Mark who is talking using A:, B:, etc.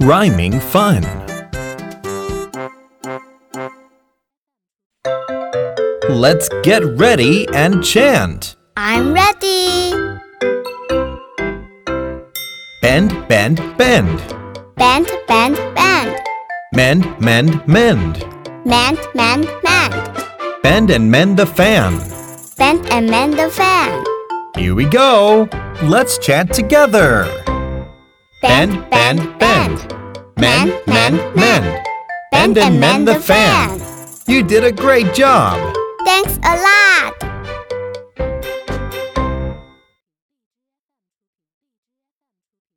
A: Rhyming fun. Let's get ready and chant.
B: I'm ready.
A: Bend, bend, bend.
B: Bend, bend, bend.
A: Mend, mend, mend.
B: Mend, mend, mend.
A: Bend and mend the fan.
B: Bend and mend the fan.
A: Here we go. Let's chant together. Bend, bend, bend. Mend, mend, mend. Bend and mend the fan. You did a great job.
B: Thanks a lot.